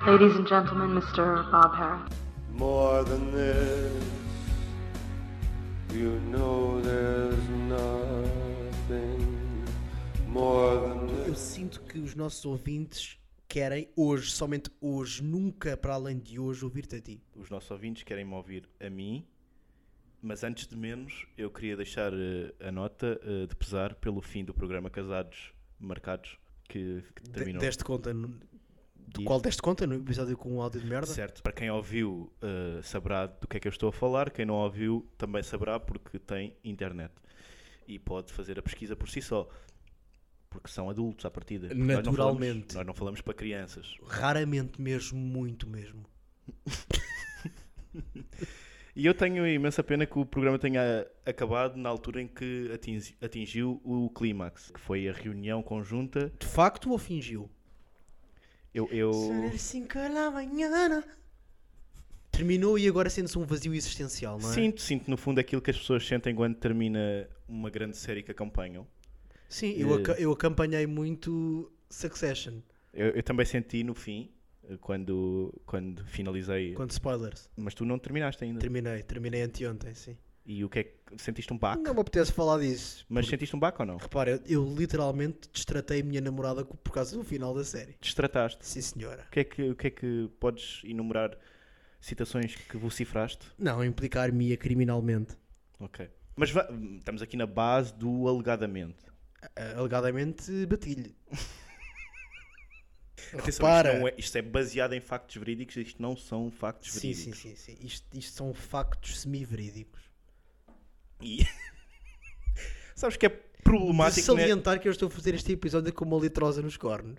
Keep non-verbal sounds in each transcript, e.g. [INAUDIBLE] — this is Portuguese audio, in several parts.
Ladies and gentlemen, Mr. Bob Harris. More than this, you know there's nothing more than Eu this. sinto que os nossos ouvintes querem hoje, somente hoje, nunca para além de hoje, ouvir-te a ti. Os nossos ouvintes querem me ouvir a mim, mas antes de menos, eu queria deixar eh, a nota eh, de pesar pelo fim do programa Casados Marcados, que, que De- terminou. deste conta. no- Do Diz. qual deste conta? No episódio com um áudio de merda? Certo, para quem ouviu eh, saberá do que é que eu estou a falar, quem não ouviu também saberá porque tem internet e pode fazer a pesquisa por si só, porque são adultos à partida. Porque nós não falamos- Naturalmente. Nós não falamos para crianças. Raramente mesmo, muito mesmo. E eu tenho imensa pena que o programa tenha acabado na altura em que atingi- atingiu o clímax, que foi a reunião conjunta. De facto ou fingiu? Eu, eu- São as cinco da manhã. Terminou e agora sente-se um vazio existencial, não é? sinto, sinto no fundo aquilo que as pessoas sentem quando termina uma grande série que acompanham. Sim, eu, Eh. aca- eu acompanhei muito Succession, Eu, eu também senti no fim, eh, quando, quando finalizei. quando spoilers. Mas tu não terminaste ainda. Terminei, terminei anteontem, sim. E o que é que. Sentiste um baco? Não me apetece falar disso. Mas sentiste um baco ou não? Repara, eu, eu literalmente destratei a minha namorada co- por causa do final da série. Destrataste. Sim, senhora. O que é que, o que, é que podes enumerar citações que vocifraste? Não, implicar-me-ia criminalmente. Ok. Mas va- estamos aqui na base do alegadamente. Ah, Alegadamente, bati-lhe. [LAUGHS] Atenção, Repara. Isto, não é, isto é baseado em factos verídicos, isto não são factos Sim, verídicos. sim, sim. sim. Isto, isto são factos semi-verídicos. E... [LAUGHS] Sabes que é De problemático, né? salientar que eu estou a fazer este episódio com uma litrosa nos cornos.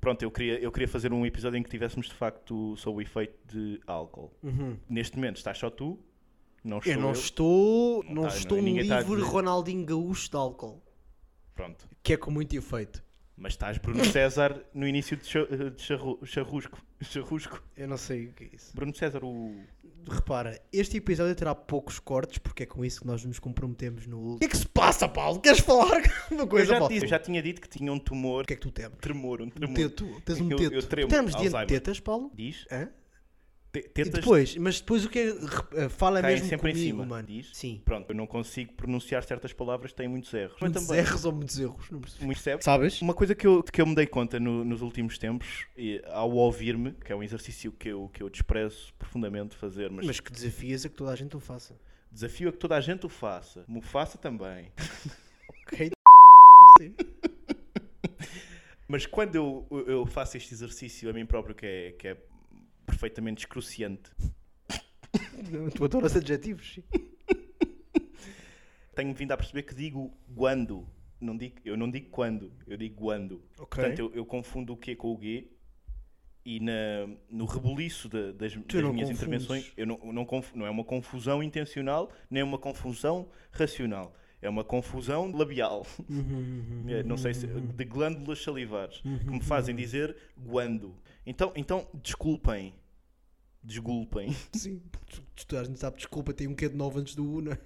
Pronto, eu queria, eu queria fazer um episódio em que tivéssemos de facto sob o efeito de álcool. Neste momento estás só tu, não estou Uhum. eu não eu. estou, não tá, não- estou um ninguém tá a livre dizer. Ronaldinho Gaúcho de álcool. Pronto. Que é com muito efeito. Mas estás Bruno César no início de, cha- de charru- charrusco. charrusco. Eu não sei o que é isso. Bruno César, o... Repara, este episódio terá poucos cortes, porque é com isso que nós nos comprometemos no último. O que é que se passa, Paulo? Queres falar [LAUGHS] uma Eu coisa, já, Paulo? te- eu já tinha dito que tinha um tumor. O que é que tu temes? Tremor, um Um tremor. teto. Tens um Eu- teto. eu tremo, Termos de Alzheimer. tetas, Paulo? Diz? Hã? Te- E Tetas depois, mas depois o que é. re- Fala caem mesmo sempre comigo, em cima. mano. Diz? Sim. Pronto, eu não consigo pronunciar certas palavras, tem muitos erros. Mas Muitos também- erros ou muitos erros? Não percebo. Muitos erros. Sabes? Uma coisa que eu, que eu me dei conta no- nos últimos tempos, e ao ouvir-me, que é um exercício que eu, que eu desprezo profundamente fazer, mas, Mas que desafias é que toda a gente o faça. desafio a que toda a gente o faça. Me o faça também. Ok? [LAUGHS] Sim. Mas quando eu, eu- eu faço este exercício a mim próprio, que é, que é perfeitamente excruciante, Não, Tu adoras adjetivos, sim. tenho vindo a perceber que digo quando. Não digo, eu não digo quando, eu digo quando. Ok. Portanto, eu, eu confundo o Q com o G e na- no rebuliço da- das, das não minhas confundes. intervenções, eu não, eu não, conf- não é uma confusão intencional, nem uma confusão racional. É uma confusão labial. [LAUGHS] Uhum, É, não sei se. de glândulas salivares que Uhum. me fazem dizer guando. Então, então desculpem. Desculpem. [LAUGHS] Sim. Tu- tu- Toda a gente sabe, desculpa, tem um quê de novo antes do U, não é?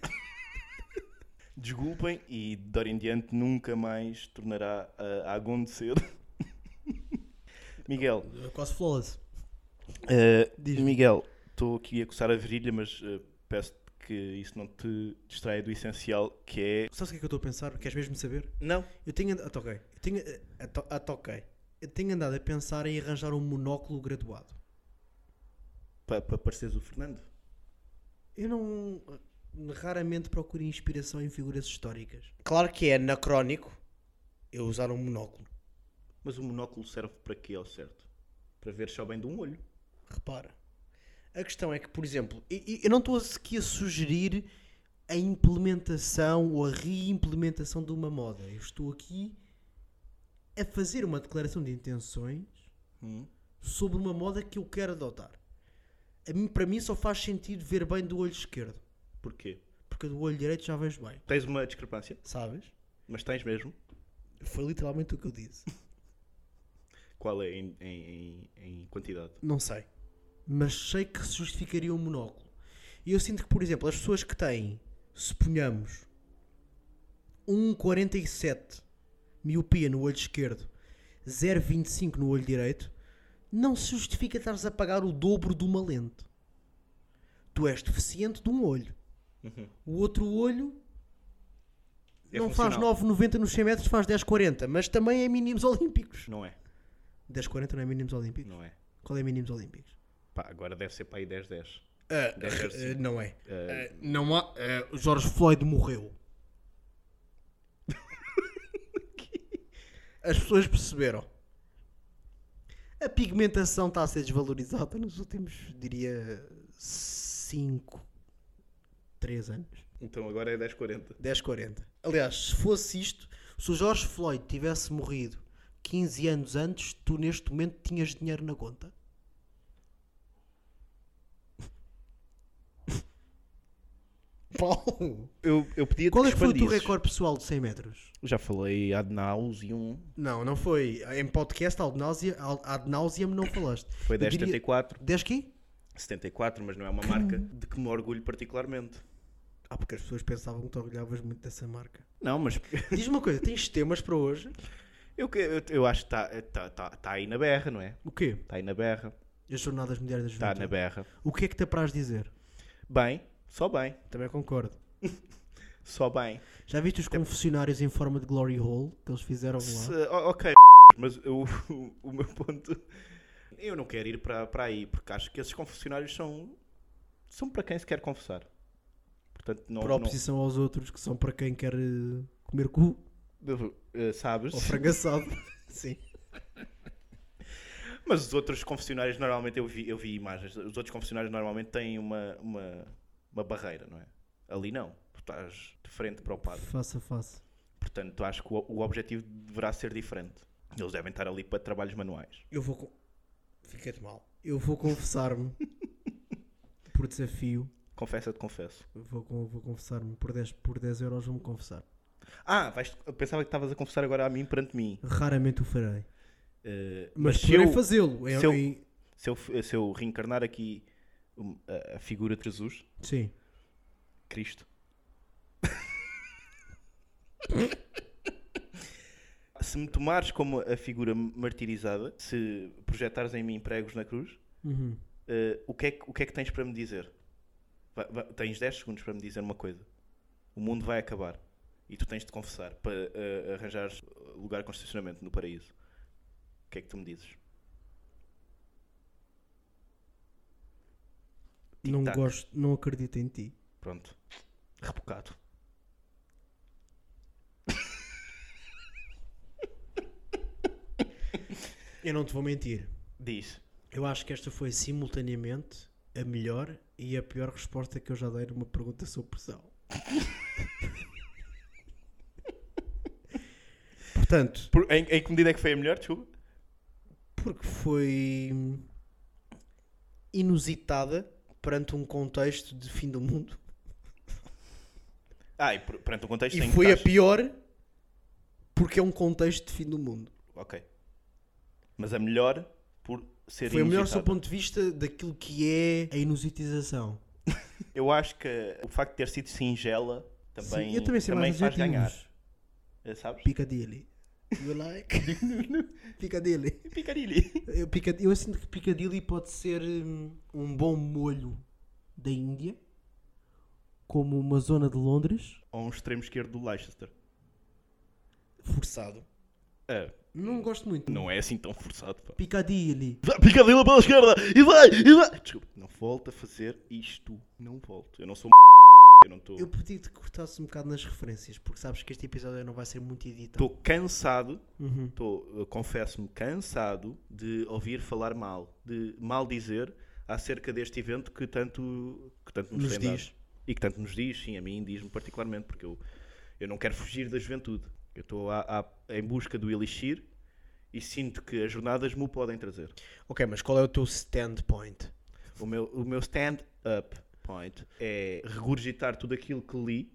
Desculpem e de hora em diante nunca mais tornará a, a acontecer. [LAUGHS] Miguel, Quase flawless. eh, Diz-me. Miguel, estou aqui a coçar a virilha, mas eh, peço-te que isso não te distraia do essencial, que é... Sabes o que é que eu estou a pensar? Queres mesmo saber? Não. Eu tenho andado. Ah, ok. Eu tenho, ah, to- ah, ok. Eu tenho andado a pensar em arranjar um monóculo graduado. Para pareceres o Fernando. Eu não. eh, Raramente procuro inspiração em figuras históricas. Claro que é anacrónico eu usar um monóculo. Mas o monóculo serve para quê ao certo? Para ver só bem de um olho. Repara. A questão é que, por exemplo, e- e- eu não estou aqui a sugerir a implementação ou a reimplementação de uma moda. Eu estou aqui a fazer uma declaração de intenções sobre uma moda que eu quero adotar. A mim, para mim só faz sentido ver bem do olho esquerdo, Porquê? porque do olho direito já vejo bem, Tens uma discrepância, sabes? mas tens mesmo. Foi literalmente o que eu disse. Qual é em, em- em- em quantidade? Não sei. Mas sei que se justificaria um monóculo. E eu sinto que, por exemplo, as pessoas que têm, suponhamos, 1,47 miopia no olho esquerdo, 0,25 no olho direito, não se justifica estares a pagar o dobro de uma lente. Tu és deficiente de um olho. O outro olho Uhum. É não funcional. faz 9,90 nos 100 metros, faz 10,40, mas também é mínimos olímpicos. Não é, 10,40 não é mínimos olímpicos? não é. Qual é mínimos olímpicos? Pá, agora deve ser para aí 10-10. Ah, Deve ser ah, sim. não é. Ah, não há. ah, o George Floyd morreu. As pessoas perceberam. A pigmentação está a ser desvalorizada nos últimos, diria, 5, 3 anos. Então agora é 10-40. 10,40. Aliás, se fosse isto, se o George Floyd tivesse morrido 15 anos antes, tu neste momento tinhas dinheiro na conta. [LAUGHS] Paulo, Eu, eu podia qual é que foi o teu recorde pessoal de 100 metros? Já falei ad nauseum. Não, não foi. Em podcast, ad náusea- ad nauseam não falaste. Foi Eu diria- 10-74. 10 quê? 74, mas não é uma marca Uhum. de que me orgulho particularmente. Ah, porque as pessoas pensavam que te orgulhavas muito dessa marca. Não, mas [LAUGHS] Diz-me uma coisa, tens temas para hoje? eu, que- eu, eu acho que está tá, tá, tá aí na berra, não é? O quê? Está aí na berra. As Jornadas Mulheres da Está Juventude. Tá, na berra. O que é que te apraz dizer? Bem, só bem, Também concordo. só bem. Já viste os confessionários em forma de glory hole que eles fizeram Se- lá? o- ok, [LAUGHS] mas eu- o meu ponto. Eu não quero ir para para aí, porque acho que esses confessionários são, são para quem se quer confessar. Portanto, não. Por oposição aos outros que são para quem quer eh, comer cu não eh, sabes? ou frangaçado. [LAUGHS] Sim. Mas os outros confessionários, normalmente, eu vi, eu vi imagens. Os outros confessionários, normalmente, têm uma, uma, uma barreira, não é? Ali não. Tu estás de frente para o padre. Faça, faça. Portanto, acho que o, o objetivo deverá ser diferente. Eles devem estar ali para trabalhos manuais. Eu vou. con- Fiquei-te mal. Eu vou [LAUGHS] confessar-me por desafio. Confessa-te, confesso. Vou, con- vou confessar-me por 10, por 10 euros. Vou-me confessar. Ah, vais, eu pensava que estavas a confessar agora a mim perante mim. Raramente o farei. Eh, Mas, se eu, poderei fazê-lo. É, se eu- é- se, eu, f- se eu reencarnar aqui um, a, a figura de Jesus, Sim. Cristo. [LAUGHS] se me tomares como a figura martirizada, se projetares em mim pregos na cruz, Uhum. eh, o, que é que, o que é que tens para me dizer? Va- va- tens 10 segundos para me dizer uma coisa. O mundo vai acabar. E tu tens de confessar para eh, arranjares lugar com estacionamento no paraíso. O que é que tu me dizes? Não Tic-tac. gosto, não acredito em ti. Pronto. Rebocado. Eu não te vou mentir. Diz. Eu acho que esta foi simultaneamente a melhor e a pior resposta que eu já dei numa pergunta sobre [LAUGHS] pressão. Portanto, Por- em, em que medida é que foi a melhor, desculpa? porque foi inusitada perante um contexto de fim do mundo Ah, e per- perante o contexto em e que foi a estás- pior porque é um contexto de fim do mundo. Ok. Mas a melhor por ser Foi a melhor do seu inusitada. ponto de vista daquilo que é a inusitização. Eu acho que o facto de ter sido singela também, Sim, eu também sei mais faz ganhar. adjetivos. Eh, Sabes? Piccadilly. You like? Piccadilly. Picarili. [LAUGHS] Eu, Picad- eu sinto que Piccadilly pode ser hum, um bom molho da Índia, como uma zona de Londres. Ou um extremo esquerdo do Leicester. Forçado. É, Não gosto muito. não é assim tão forçado, pá. Piccadilly. Vai, Picadilha pela esquerda! E vai! E vai! Desculpa. Não volto a fazer isto. Não volto. Eu não sou m****. [LAUGHS] Eu não estou. Eu pedi que cortasse um bocado nas referências, porque sabes que este episódio não vai ser muito editado. Estou cansado, Uhum. tô, eu confesso-me cansado de ouvir falar mal, de mal dizer acerca deste evento que tanto, que tanto nos, Nos tem dado. diz. E que tanto nos diz, sim, a mim diz-me particularmente, porque eu, eu não quero fugir da juventude. Eu estou à- à- em busca do elixir e sinto que as jornadas me o podem trazer. Ok, mas qual é o teu stand point? O meu, o meu stand-up point é regurgitar tudo aquilo que li,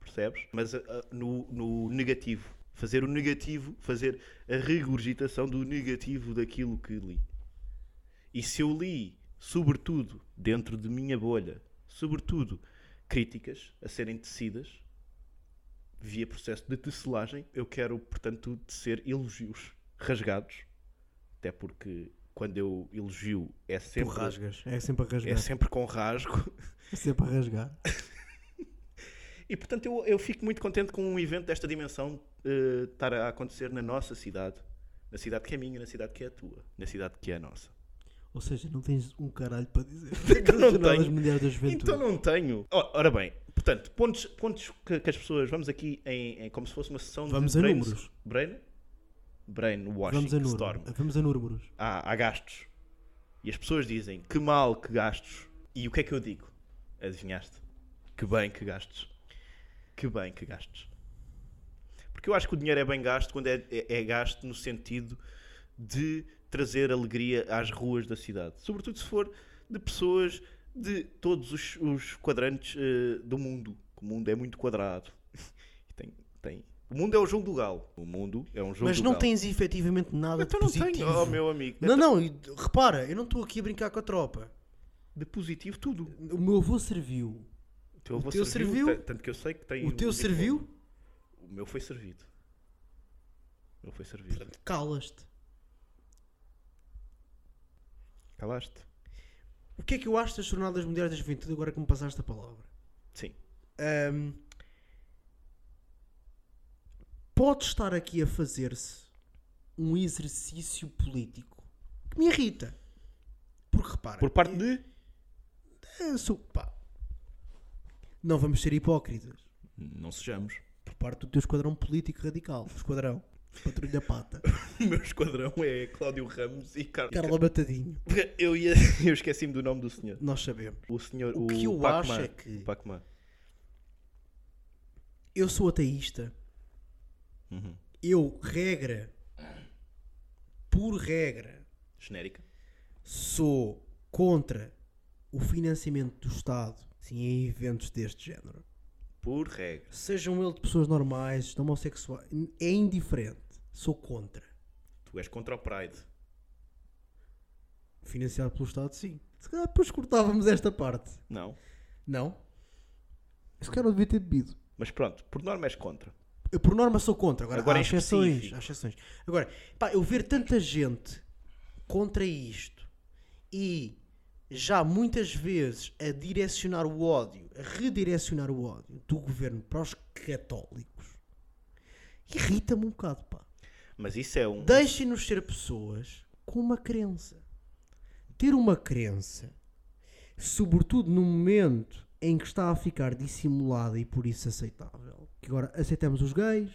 percebes? Mas ah, ah, no, no negativo. Fazer o negativo, fazer a regurgitação do negativo daquilo que li. E se eu li, sobretudo, dentro de minha bolha, sobretudo, críticas a serem tecidas via processo de tecelagem, eu quero, portanto, tecer elogios rasgados. Até porque quando eu elogio, é Tu sempre, rasgas. É sempre a rasgar. é sempre com rasgo. É sempre a rasgar. E portanto eu, eu fico muito contente com um evento desta dimensão eh, estar a acontecer na nossa cidade, na cidade que é minha, na cidade que é a tua, na cidade que é a nossa. Ou seja, não tens um caralho para dizer. [LAUGHS] Então não Jornal das tenho. Mulheres da Juventude. Então não tenho. Ora, ora bem, portanto, pontos, pontos que, que as pessoas. Vamos aqui em, em como se fosse uma sessão Vamos de. a brain- números. Brain? Brainwashing Vamos a, Storm. números. Vamos a números. Há, há gastos. E as pessoas dizem que mal que gastos. E o que é que eu digo? Adivinhaste? Que bem que gastos. Que bem que gastos. Porque eu acho que o dinheiro é bem gasto quando é, é- é gasto no sentido de trazer alegria às ruas da cidade. Sobretudo se for de pessoas de todos os, os quadrantes eh, do mundo. que O mundo é muito quadrado. [LAUGHS] E tem, tem... O mundo é o jogo do galo. O mundo é um jogo Mas do não galo. tens efetivamente nada Então de não positivo. tenho. Oh, meu amigo. Não, não, e repara, eu não estou aqui a brincar com a tropa. de positivo tudo. O meu avô serviu. O teu, avô teu serviu? ta- Tanto que eu sei que tem. O um teu diploma. serviu? O meu foi servido. O meu foi servido. Calas-te. Calaste? O que é que eu acho da Jornada das Mulheres da Juventude agora que me passaste a palavra? Sim. Ahm, pode estar aqui a fazer-se um exercício político que me irrita. Porque repara, Por parte de. eu sou- pá, não vamos ser hipócritas. Não sejamos. [LAUGHS] Por parte do teu esquadrão político radical, esquadrão, patrulha pata, O meu esquadrão é Cláudio Ramos e Carlos. Carla Batadinho, Eu, ia... [LAUGHS] eu esqueci-me do nome do senhor. nós sabemos. O senhor. O O, que eu Pac-Man. acho é que- O Pac-Man. Eu sou ateísta. Eu, regra, por regra, Genérica. sou contra o financiamento do Estado sim, em eventos deste género. Por regra. Sejam eles de pessoas normais, de homossexuais, é indiferente. Sou contra. Tu és contra o Pride. Financiado pelo Estado, sim. Se calhar depois cortávamos esta parte. Não. Não? Se calhar não devia ter bebido. Mas pronto, por norma és contra. Eu, por norma, sou contra. Agora, Agora há, em exceções, específico. há exceções. Agora, pá, eu ver tanta gente contra isto e já muitas vezes a direcionar o ódio, a redirecionar o ódio do governo para os católicos, irrita-me um bocado, pá. Mas isso é um. Deixem-nos ser pessoas com uma crença. Ter uma crença, sobretudo no momento em que está a ficar dissimulada e por isso aceitável. Que agora aceitamos os gays,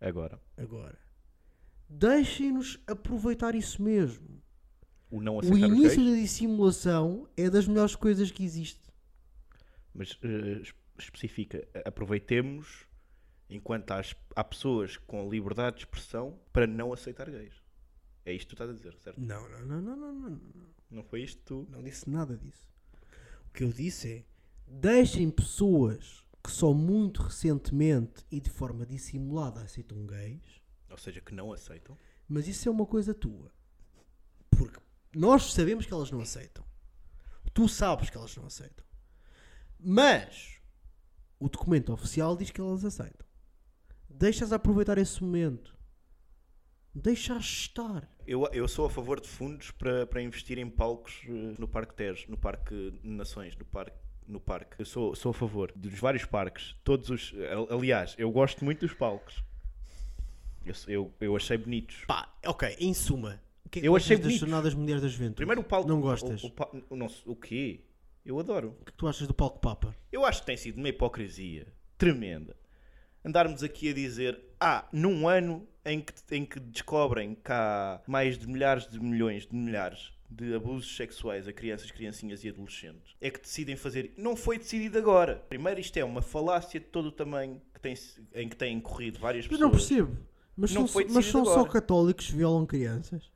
Agora. agora. Deixem-nos aproveitar isso mesmo. O não O aceitar os gays. início da dissimulação é das melhores coisas que existe. Mas eh, es- especifica, a- aproveitemos enquanto há, es- há pessoas com liberdade de expressão para não aceitar gays. É isto que tu estás a dizer, certo? Não, não, não, não, não, não, não. Não foi isto tu? Não disse nada disso. O que eu disse é: deixem pessoas que só muito recentemente e de forma dissimulada aceitam gays, Ou seja, que não aceitam. mas isso é uma coisa tua. Porque nós sabemos que elas não aceitam. Tu sabes que elas não aceitam. Mas o documento oficial diz que elas aceitam. Deixas aproveitar esse momento. Deixas estar. Eu, eu sou a favor de fundos para, para investir em palcos eh, no Parque Tejo, no Parque Nações, no Parque. No parque. Eu sou, sou a favor dos vários parques. Todos os. al- Aliás, eu gosto muito dos palcos. Eu, eu, eu achei bonitos. Pá, ok, em suma. O que é que Eu gostas achei das bonito. jornadas mulheres da juventude? Primeiro o palco. Não gostas? O, o, pa- o, não- o quê? Eu adoro. O que é que tu achas do palco Papa? Eu acho que tem sido uma hipocrisia tremenda andarmos aqui a dizer: ah, num ano em que, em que descobrem que há mais de milhares de milhões de milhares de abusos sexuais a crianças, criancinhas e adolescentes, é que decidem fazer. Não foi decidido agora. Primeiro, isto é uma falácia de todo o tamanho que tem, em que têm corrido várias Mas pessoas. não percebo. Mas Não são, foi mas são decidido só agora. católicos que violam crianças.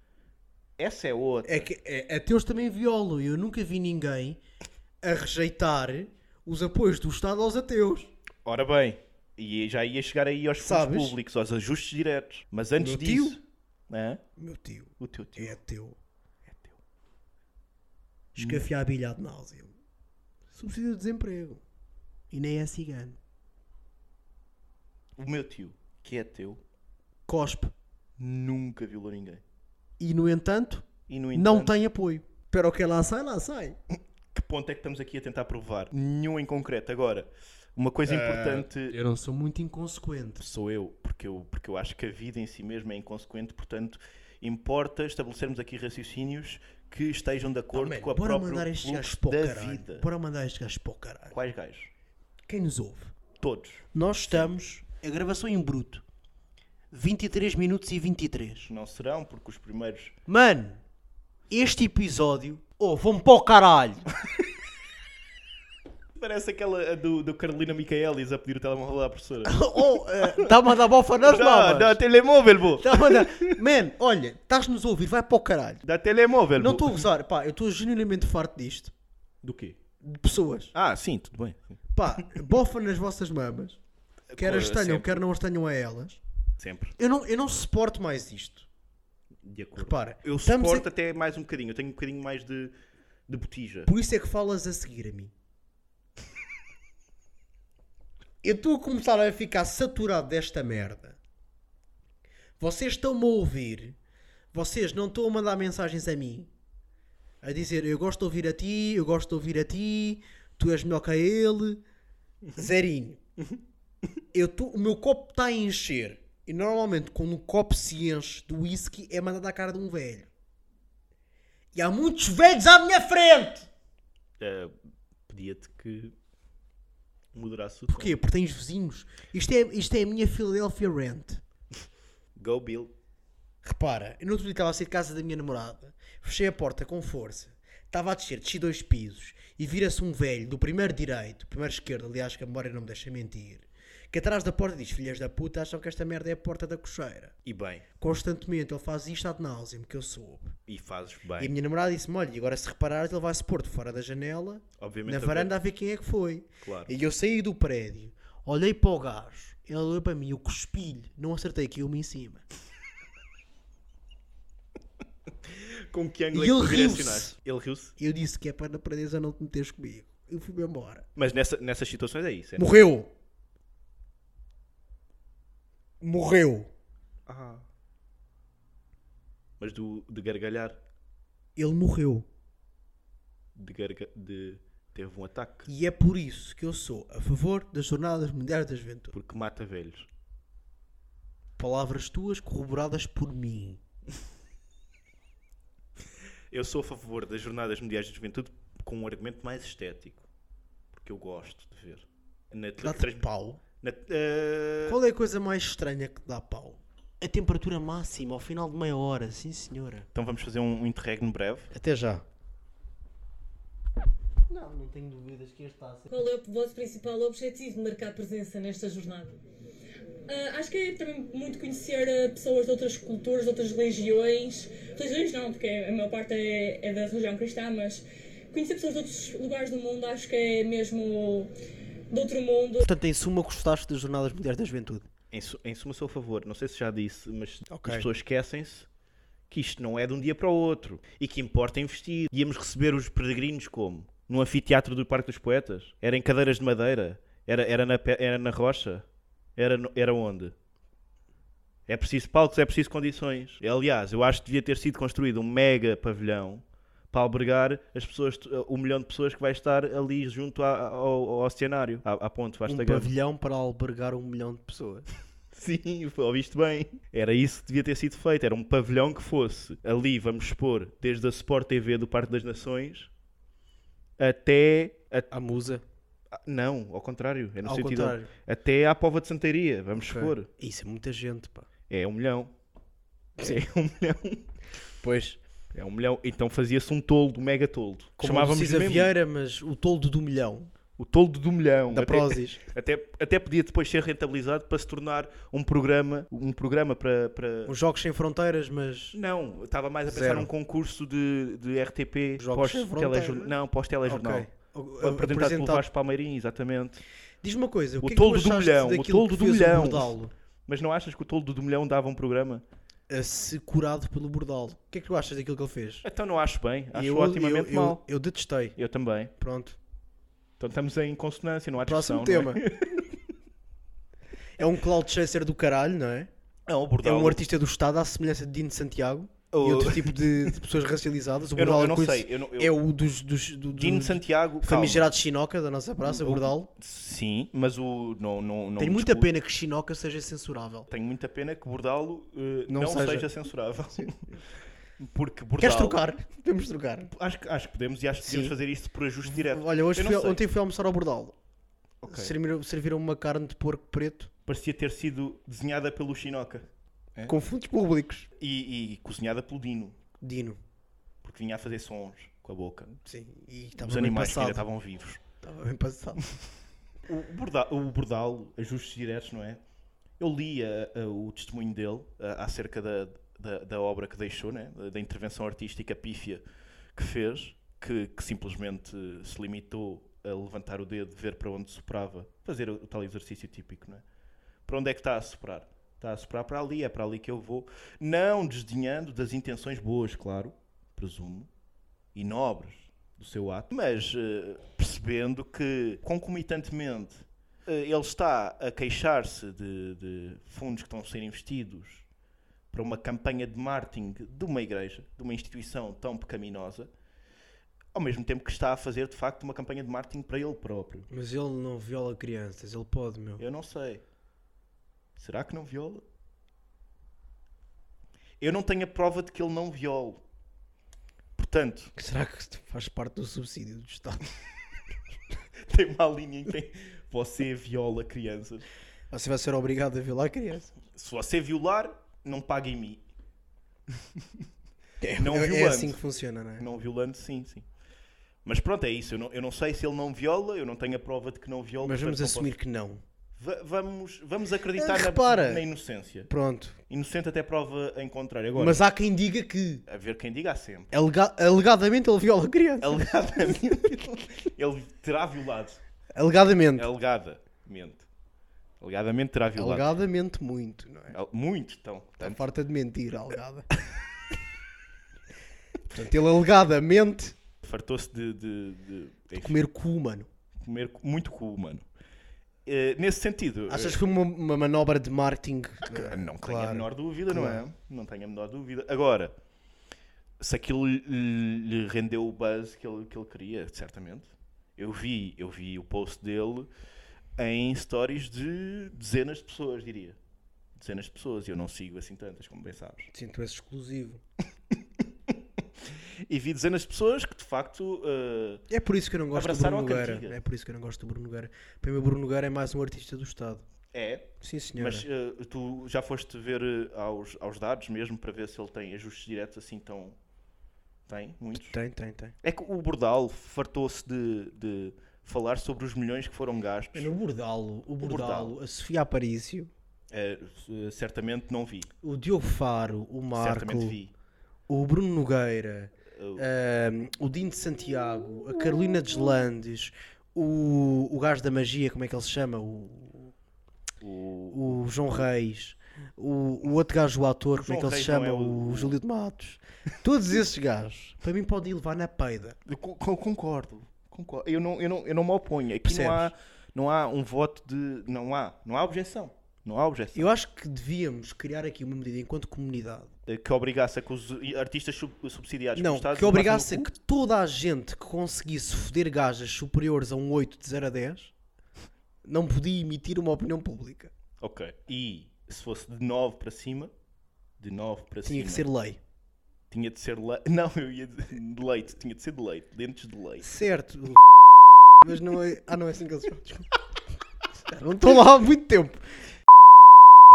Essa é outra. É que é, ateus também violam. e Eu nunca vi ninguém a rejeitar os apoios do Estado aos ateus. Ora bem, e já ia chegar aí aos fundos Sabes? públicos, aos ajustes diretos. Mas antes Meu tio? disso. Hã? Meu tio O teu tio. é ateu. É teu. Hum. Escafiar bilhar de náusea. Subsídio de desemprego. E nem é cigano. O meu tio, que é teu, Cospe. nunca violou ninguém. e, no entanto, E no não entanto, tem apoio. Para o que lá sai, lá sai. que ponto é que estamos aqui a tentar provar? Nenhum em concreto. Agora, uma coisa importante Ah, Eu não sou muito inconsequente. sou eu porque, eu, porque eu acho que a vida em si mesma é inconsequente, portanto, importa estabelecermos aqui raciocínios que estejam de acordo com a bora própria mandar estes gajos fluxo para o da caralho. vida. Bora mandar estes gajos para o caralho. Quais gajos? Quem nos ouve? Todos. Nós estamos. A gravação em bruto. 23 minutos e 23. Não serão, porque os primeiros. Mano, este episódio. Oh, vão para o caralho! Parece aquela a do, do Carolina Micaelis a pedir o telemóvel à [LAUGHS] professora. [LAUGHS] Oh, está-me a dar bofa nas Dá, dá novas! telemóvel, bo! Tá-me a dar. Man, olha, estás-nos a ouvir, vai para o caralho! Dá telemóvel, bo. Não estou a gozar, pá, eu estou genuinamente farto disto. Do quê? De pessoas. Ah, sim, tudo bem. Pá, bofa nas vossas mamas. Quer Pô, as tenham, sempre. quer não as tenham a elas. Sempre. Eu não, eu não suporto mais isto. De acordo. Repara, eu estamos suporto a- até mais um bocadinho. Eu tenho um bocadinho mais de, de botija. Por isso é que falas a seguir a mim. Eu estou a começar a ficar saturado desta merda. Vocês estão-me a ouvir. Vocês não estão a mandar mensagens a mim. A dizer, eu gosto de ouvir a ti, eu gosto de ouvir a ti, tu és melhor que a ele. Zerinho. Eu tô, o meu copo está a encher. E normalmente quando um copo se enche do whisky é mandado à cara de um velho. E há muitos velhos à minha frente! Ah, Pedia-te que moderasse o tom. Porquê? Porque tens vizinhos. Isto é, isto é a minha Philadelphia Rent. Go Bill. Repara, eu no outro dia estava a sair de casa da minha namorada, fechei a porta com força, estava a descer, desci dois pisos e vira-se um velho do primeiro direito, primeiro esquerdo, aliás, que a memória não me deixa mentir, que atrás da porta diz: Filhas da puta, acham que esta merda é a porta da cocheira. E bem. Constantemente ele faz isto ad nauseam, que eu soube. E fazes E a bem. minha namorada disse-me: Olha, e agora se reparares, ele vai se pôr de fora da janela, Obviamente na a ver- varanda, a ver quem é que foi. Claro. E eu saí do prédio, olhei para o gajo, ele olhou para mim, eu cuspi-lhe, não acertei que eu me em cima. Com que ângulo é E que ele te riu-se. direcionaste? Ele riu-se. Eu disse que é para aprenderes a não te meteres comigo. Eu fui-me embora. Mas nessa, nessas situações é isso. É Morreu! Morreu! Ah. Mas do, de gargalhar. Ele morreu. De garga, de Teve um ataque. E é por isso que eu sou a favor das Jornadas Mundiais da Juventude. Porque mata velhos. Palavras tuas corroboradas por mim. Eu sou a favor das Jornadas Mundiais de Juventude com um argumento mais estético. Porque eu gosto de ver. Na, tele- Dá-te trans- pau. na- eh, Qual é a coisa mais estranha que dá pau? A temperatura máxima ao final de meia hora, sim senhora. Então vamos fazer um, um interregno breve. Até já. Não, não tenho dúvidas que este está a ser. Qual é o vosso principal objetivo de marcar presença nesta jornada? Ah, acho que é também muito conhecer ah, pessoas de outras culturas, de outras religiões. Religiões não, porque a maior parte é, é da religião cristã, mas conhecer pessoas de outros lugares do mundo acho que é mesmo de outro mundo. Portanto, em suma, gostaste das Jornadas Mundiais da Juventude? Em, su- em suma, sou a favor. Não sei se já disse, mas Ok. as pessoas esquecem-se que isto não é de um dia para o outro e que importa investir. Íamos receber os peregrinos como? No anfiteatro do Parque dos Poetas? Era em cadeiras de madeira? Era, era, na, pe- era na rocha? Era, no- era onde? É preciso palcos, é preciso condições. Aliás, eu acho que devia ter sido construído um mega pavilhão para albergar as pessoas, o milhão de pessoas que vai estar ali junto à- ao, ao oceanário, à, à ponte Vasta Um Gama. pavilhão para albergar um milhão de pessoas. Sim, ouviste bem. Era isso que devia ter sido feito. Era um pavilhão que fosse. Ali vamos expor desde a Sport TV do Parque das Nações até. a- A musa. Não, ao contrário. É no Ao sentido. contrário. Até à Pova de Santaria. Vamos expor. Isso é muita gente, pá. É um milhão. É um milhão. Pois. É um milhão. Então fazia-se um toldo, um mega toldo. Como Chamávamos Chamávamos Cisa mesmo Vieira, mas o toldo do milhão. o toldo do milhão. Da Até- Prozis. Até, até podia depois ser rentabilizado para se tornar um programa, um programa para- para, Os Um Jogos Sem Fronteiras, mas... Não, eu estava mais a pensar Zero. num concurso de, de RTP Jogos pós sem telejornal. fronteira. Não, pós telejornal. Ok. O- a- Apresentado pelo apresentado- Vasco Palmeirim, exatamente. Diz-me uma coisa, o, O que é que tu toldo do achaste milhão, o daquilo toldo que do fez milhão. O Bordalo, Mas não achas que o toldo do milhão dava um programa? a se curado pelo Bordalo. O que é que tu achas daquilo que ele fez? Então não acho bem, acho eu, otimamente eu, mal. Eu, eu detestei. Eu, também. Pronto. Então estamos em consonância, não há discussão. Próximo Não, tema. é? [LAUGHS] é um cloud chaser do caralho, não é? Não, o É Bordal. tipo, É É um um- um artista do Estado à semelhança de Dino Santiago. E outro tipo [LAUGHS] de, de pessoas racializadas. O Oh. Eu não- Bordal eu não Alcoice sei, eu não- eu- é o dos, dos, do- do- Dino Santiago. calma. famigerado Chinoca da nossa praça, Bordal. Sim, mas o. Não, não, não Tenho me muita discuto. pena que Chinoca seja censurável. Tenho muita pena que Bordalo eh, Não não, seja. seja. censurável. [LAUGHS] Porque Bordalo. Queres trocar? [LAUGHS] Podemos trocar. Acho, que- acho que podemos e acho que podemos Sim. fazer isso por ajuste direto. Olha, hoje Eu não fui, sei. ontem fui almoçar ao Bordal. Ok. Serviram- Serviram-me uma carne de porco preto Parecia ter sido desenhada pelo Chinoca com fundos públicos. e, e cozinhada pelo Dino, Dino. porque vinha a fazer sons com a boca. Sim. E estava Os bem animais que ainda passado. estavam vivos. Estava bem [LAUGHS] passado. O Bordalo, o Bordalo, ajustes diretos, não é? Eu li a- a- o testemunho dele a- acerca da, da, da obra que deixou, né? da, da intervenção artística pífia que fez, que, que simplesmente se limitou a levantar o dedo, ver para onde soprava, fazer o, o tal exercício típico, não é? Para onde é que está a soprar? Está a soprar para ali, é para ali que eu vou. Não desdenhando das intenções boas, claro, presumo, e nobres do seu ato, mas eh, percebendo que concomitantemente eh, ele está a queixar-se de, de fundos que estão a ser investidos para uma campanha de marketing de uma igreja, de uma instituição tão pecaminosa, ao mesmo tempo que está a fazer de facto uma campanha de marketing para ele próprio. Mas ele não viola crianças, ele pode, meu. Eu não sei. Será que não viola? Eu não tenho a prova de que ele não viole. Portanto, [LAUGHS] Será que isto faz parte do subsídio do Estado? tem uma linha em que tem você viola crianças. Você vai ser obrigado a violar crianças. Se você violar, não paga em mim. É, Não é violando. assim que funciona, não é? Não violando, sim, sim. Mas pronto, é isso. Eu não, eu não sei se ele não viola, eu não tenho a prova de que não viola. Mas vamos portanto, não assumir posso- que não. Va- Vamos, vamos acreditar na- Repara. na, inocência. Pronto. Inocente até prova em contrário. Agora, Mas há quem diga que a ver quem diga há sempre. alega- alegadamente ele viola crianças. Alegadamente, [LAUGHS] ele terá violado. Alegadamente. Alegadamente. Alegadamente terá violado. Alegadamente muito, não é? Al- Muito, então. Está Tanto. farta de mentir, alegada. [LAUGHS] Portanto, ele alegadamente Fartou-se de- de- de- de comer cu, mano. comer muito cu, mano. Eh, nesse sentido. Achas que foi uma, uma manobra de marketing? é? eh, Não tenho Claro. a menor dúvida, Claro. não é? Não tenho a menor dúvida. Agora, se aquilo lhe- lhe rendeu o buzz que ele, que ele queria, certamente. Eu vi, eu vi o post dele em stories de dezenas de pessoas, diria. Dezenas de pessoas, e eu não sigo assim tantas, como bem sabes. Sinto esse exclusivo. E vi dezenas de pessoas que de facto. eh, É por isso que eu não gosto Abraçaram do a Bruno Nogueira. cantiga. É por isso que eu não gosto do Bruno Nogueira. Para mim, o Bruno Nogueira é mais um artista do Estado. é, Sim, senhora. Mas eh, tu já foste ver eh, aos, aos dados mesmo para ver se ele tem ajustes diretos assim tão. Tem, muitos. Tem, tem, tem. É que o Bordal fartou-se de, de falar sobre os milhões que foram gastos. O Bordalo, o Bordalo, Bordalo, a Sofia Aparício, Eh, eh, certamente não vi. o Diogo Faro, o Marco, Certamente vi. o Bruno Nogueira, Eu- ahm, o Dino de Santiago, a Carolina Deslandes, o, o gajo da magia, como é que ele se chama? O, O... o João Reis, o, o outro gajo, o ator, como é João que ele se Reis chama? não é o, o- Júlio de Matos. Todos esses gajos, para mim, podem levar na peida. Eu co- co- concordo. concordo. Eu, não, eu, não, eu não me oponho. Aqui não há, não há um voto de. Não há. Não há objeção. Não há objeção. Eu acho que devíamos criar aqui uma medida enquanto comunidade. Eh, Que obrigasse a que os artistas sub- subsidiados Não, por Estados que obrigasse a levassem no que toda a gente que conseguisse foder gajas superiores a um 8 de 0 a 10 não podia emitir uma opinião pública. cu. Ok. E se fosse de 9 para cima. De 9 para Tinha cima. que ser lei. Tinha de ser leite. [LAUGHS] Não, eu ia dizer de leite. Tinha de ser de leite. Dentes de leite. Certo. o Mas não é. Ah, não é assim que eles chamam. desculpa. Já Não estou lá há muito tempo.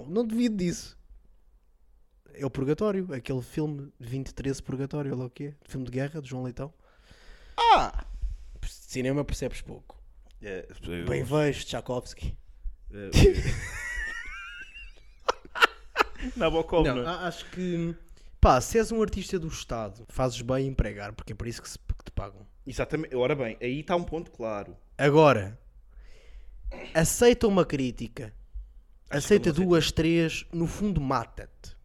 Não devido disso. É o Purgatório, aquele filme 2013 Purgatório, olha lá o que é? Filme de guerra de João Leitão. Ah! Cinema percebes pouco. É, Bem vejo, Tchaikovsky. [LAUGHS] Nabokov, Não, não é? a- acho que pá, se és um artista do Estado, fazes bem em empregar, porque é por isso que, se- que te pagam. Exatamente. Ora bem, aí está um ponto claro. Agora, aceita uma crítica, aceita que eu não duas, três, no fundo mata-te.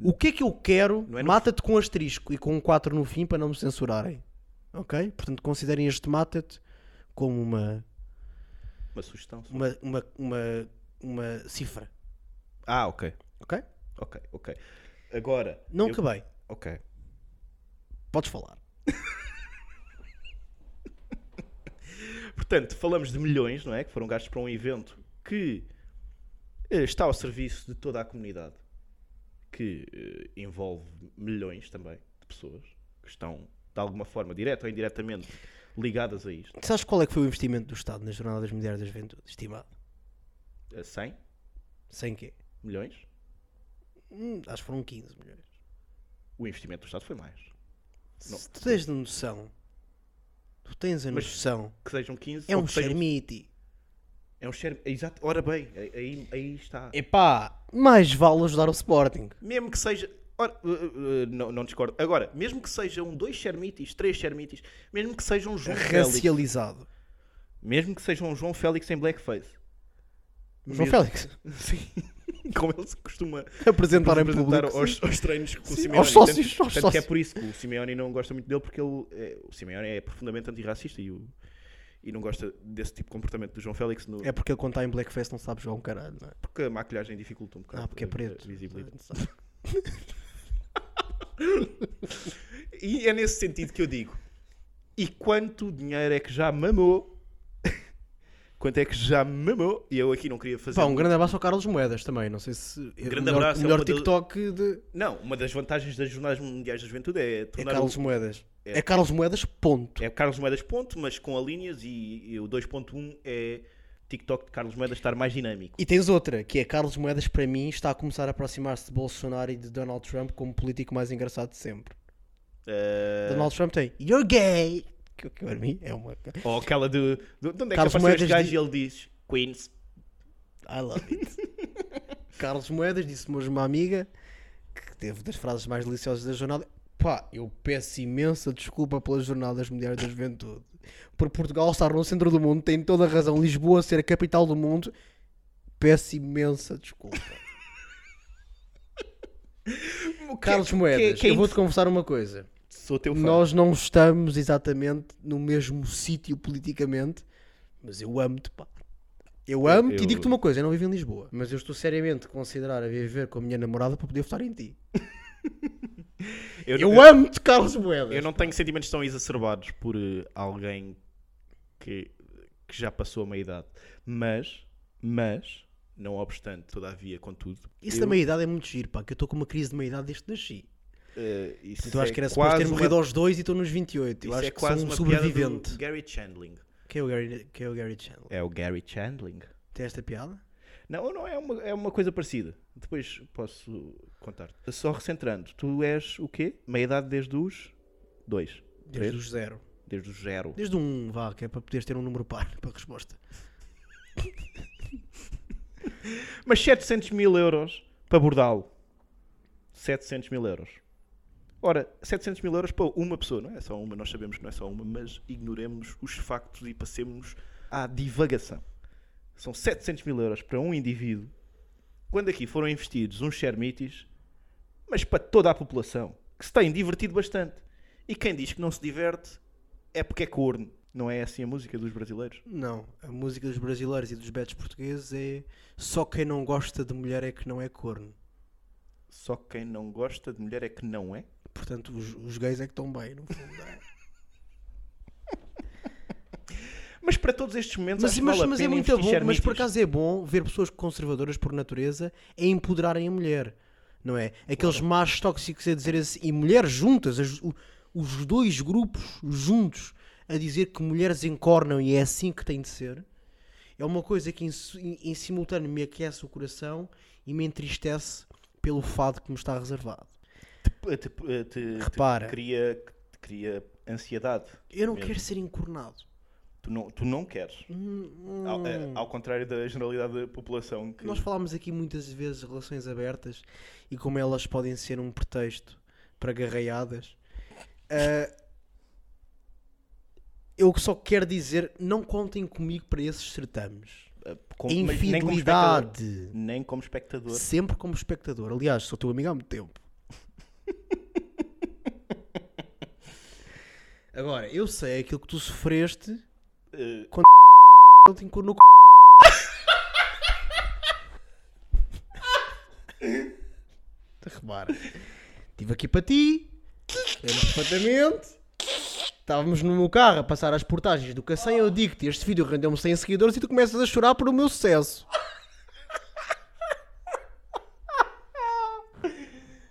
O que é que eu quero? Não é no mata-te com asterisco e com um 4 no fim para não me censurarem. Ok? Portanto, considerem este mata-te como uma, Uma sugestão. só. uma, uma, uma, uma cifra. Ah, ok. Ok? Ok, ok. Agora. Não eu- acabei. Ok. Podes falar. Portanto, falamos de milhões, não é? Que foram gastos para um evento que eh, está ao serviço de toda a comunidade, que eh, envolve milhões também de pessoas que estão, de alguma forma, direta ou indiretamente, ligadas a isto. Sabes qual é que foi o investimento do Estado na Jornada das Mulheres da Juventude? Estimado. A 100 Sem quê? milhões. Hum, acho que foram 15 milhões. O investimento do Estado foi mais. Não. Se tu tens a noção, tu tens a Mas- noção, Que sejam 15. é ou um que sejam- charmiti. É um share. Exato. Ora bem, aí- aí, aí está. Epá, mais vale ajudar o Sporting. Mesmo que seja. Ora, uh, uh, uh, não, não discordo. Agora, mesmo que sejam dois Shermitis, três Shermitis, mesmo que sejam João Félix, Racializado. mesmo que sejam João Félix em blackface, João Mesmo- Félix, [LAUGHS] Sim. [LAUGHS] Como ele se costuma apresentar em apresentar público. aos, aos treinos com o Sim, Simeone. aos sócios, Tanto- aos tanto que é sócios. por isso que o Simeone não gosta muito dele, porque ele é- o Simeone é profundamente antirracista e, o- e não gosta desse tipo de comportamento do João Félix, no- É porque ele contar em Blackface não sabe jogar um caralho, não é? porque a maquilhagem dificulta um bocado. Ah, porque é a- a preto. Ah, visibilidade. Não sabe. [LAUGHS] E é nesse sentido que eu digo. E quanto dinheiro é que já mamou? [LAUGHS] Quanto é que já mamou? E eu aqui não queria fazer. Pá, um grande abraço ao Carlos Moedas também. Não sei se. é é. Grande o melhor, abraço, é O melhor uma das- TikTok de. Não, uma das vantagens das Jornadas Mundiais da Juventude é É tornar Carlos o... Moedas. É. É Carlos Moedas, ponto. é Carlos Moedas ponto, mas com a linhas e, e o 2.1 é TikTok de Carlos Moedas estar mais dinâmico. E tens outra, que é Carlos Moedas, para mim, está a começar a aproximar-se de Bolsonaro e de Donald Trump como político mais engraçado de sempre. Eh, Donald Trump tem You're gay! Que, que para mim é uma. Ou aquela de, de, de onde Carlos é que apareceu Moedas este gajo diz- e ele diz Queens. I love it. [LAUGHS] Carlos Moedas disse-me hoje uma amiga que teve das frases mais deliciosas da jornada. Pá, eu peço imensa desculpa pelas jornadas mundiais da juventude. Por Portugal estar no centro do mundo, tem toda a razão. Lisboa ser a capital do mundo. Peço imensa desculpa. Carlos que- Moedas, que é eu vou-te confessar uma coisa. Sou teu fã. Nós não estamos exatamente no mesmo sítio politicamente, mas eu amo-te, pá. Eu amo-te eu- e digo-te uma coisa, eu não vivo em Lisboa, mas eu estou seriamente a considerar a viver com a minha namorada para poder votar em ti. Eu- Eu, amo-te, Carlos Moedas. Eu não tenho sentimentos tão exacerbados por eh, alguém que, que já passou a meia-idade. Mas, mas, não obstante, todavia, contudo... Isso eu, da meia-idade é muito giro, pá, que eu estou com uma crise de meia-idade desde que nasci. eh, isso Portanto, eu acho é que era suposto ter quase morrido uma, aos dois e estou nos 28. Eu isso acho é que quase sou um uma piada do sobrevivente. Gary Chandling. Quem é o Gary, quem é o Gary Chandler? É o Gary Chandling. Tem esta piada? Não, não é uma, é uma coisa parecida. Depois posso contar-te. Só recentrando, tu és o quê? Meia-idade desde os... Dois. Desde Três? os zero. Desde os zero. Desde um, vá, que é para poderes ter um número par [LAUGHS] para resposta. Mas 700 mil euros para bordá-lo. 700 mil euros. Ora, 700 mil euros para uma pessoa, não é só uma, nós sabemos que não é só uma, mas ignoremos os factos e passemos à divagação. São 700 mil euros para um indivíduo, quando aqui foram investidos uns shermites, mas para toda a população, que se tem divertido bastante. E quem diz que não se diverte é porque é corno. Não é assim a música dos brasileiros? Não, a música dos brasileiros e dos betos portugueses é só quem não gosta de mulher é que não é corno. Só quem não gosta de mulher é que não é? Portanto, os, os gays é que estão bem, no fundo. é. Mas para todos estes momentos, mas acho que mas, vale mas a é pena muito investir bom, mas por nichos. acaso é bom ver pessoas conservadoras por natureza a empoderarem a mulher, não é? Aqueles machos tóxicos a dizer assim, e mulheres juntas, as- o- os dois grupos juntos a dizer que mulheres encornam e é assim que tem de ser. É uma coisa que em, su- em- em simultâneo me aquece o coração e me entristece pelo fado que me está reservado. Te- te- te- te Repara. cria, te cria ansiedade. Eu não Mesmo. quero ser encornado. Tu não, tu não queres. Hum, Ao, hum. eh, ao contrário da generalidade da população que Nós falámos aqui muitas vezes de relações abertas e como elas podem ser um pretexto para garraiadas. Ah, eu só quero dizer, não contem comigo para esses certames. eh, com- mas nem como espectador. Infidelidade. Nem como espectador. Sempre como espectador. Aliás, sou teu amigo há muito tempo. Agora, eu sei aquilo que tu sofreste Eh, não te encornou c... Repara. Estive aqui para ti, lembro perfeitamente. Estávamos no meu carro a passar as portagens do Cacém. Eu digo-te: este vídeo rendeu-me 100 seguidores e tu começas a chorar por o meu sucesso.